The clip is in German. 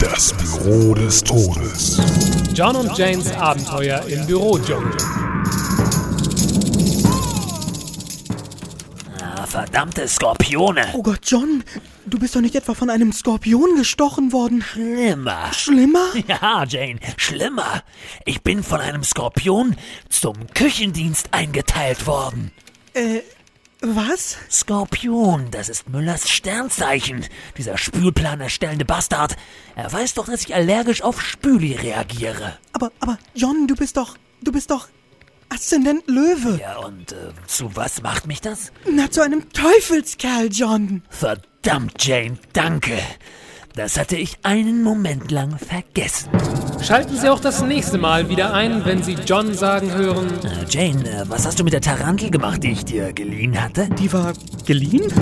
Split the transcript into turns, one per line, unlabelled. Das Büro des Todes.
John und Janes Abenteuer im Bürodschungel.
Ah, verdammte Skorpione.
Oh Gott, John, du bist doch nicht etwa von einem Skorpion gestochen worden.
Schlimmer.
Schlimmer?
Ja, Jane, schlimmer. Ich bin von einem Skorpion zum Küchendienst eingeteilt worden.
Äh, was?
Skorpion, das ist Müllers Sternzeichen. Dieser Spülplan erstellende Bastard. Er weiß doch, dass ich allergisch auf Spüli reagiere.
Aber, aber, John, du bist doch, du bist doch Aszendent Löwe.
Ja, und äh, zu was macht mich das?
Na, zu einem Teufelskerl, John.
Verdammt, Jane, danke. Das hatte ich einen Moment lang vergessen.
Schalten Sie auch das nächste Mal wieder ein, wenn Sie John sagen hören.
Äh, Jane, äh, was hast du mit der Tarantel gemacht, die ich dir geliehen hatte?
Die war geliehen?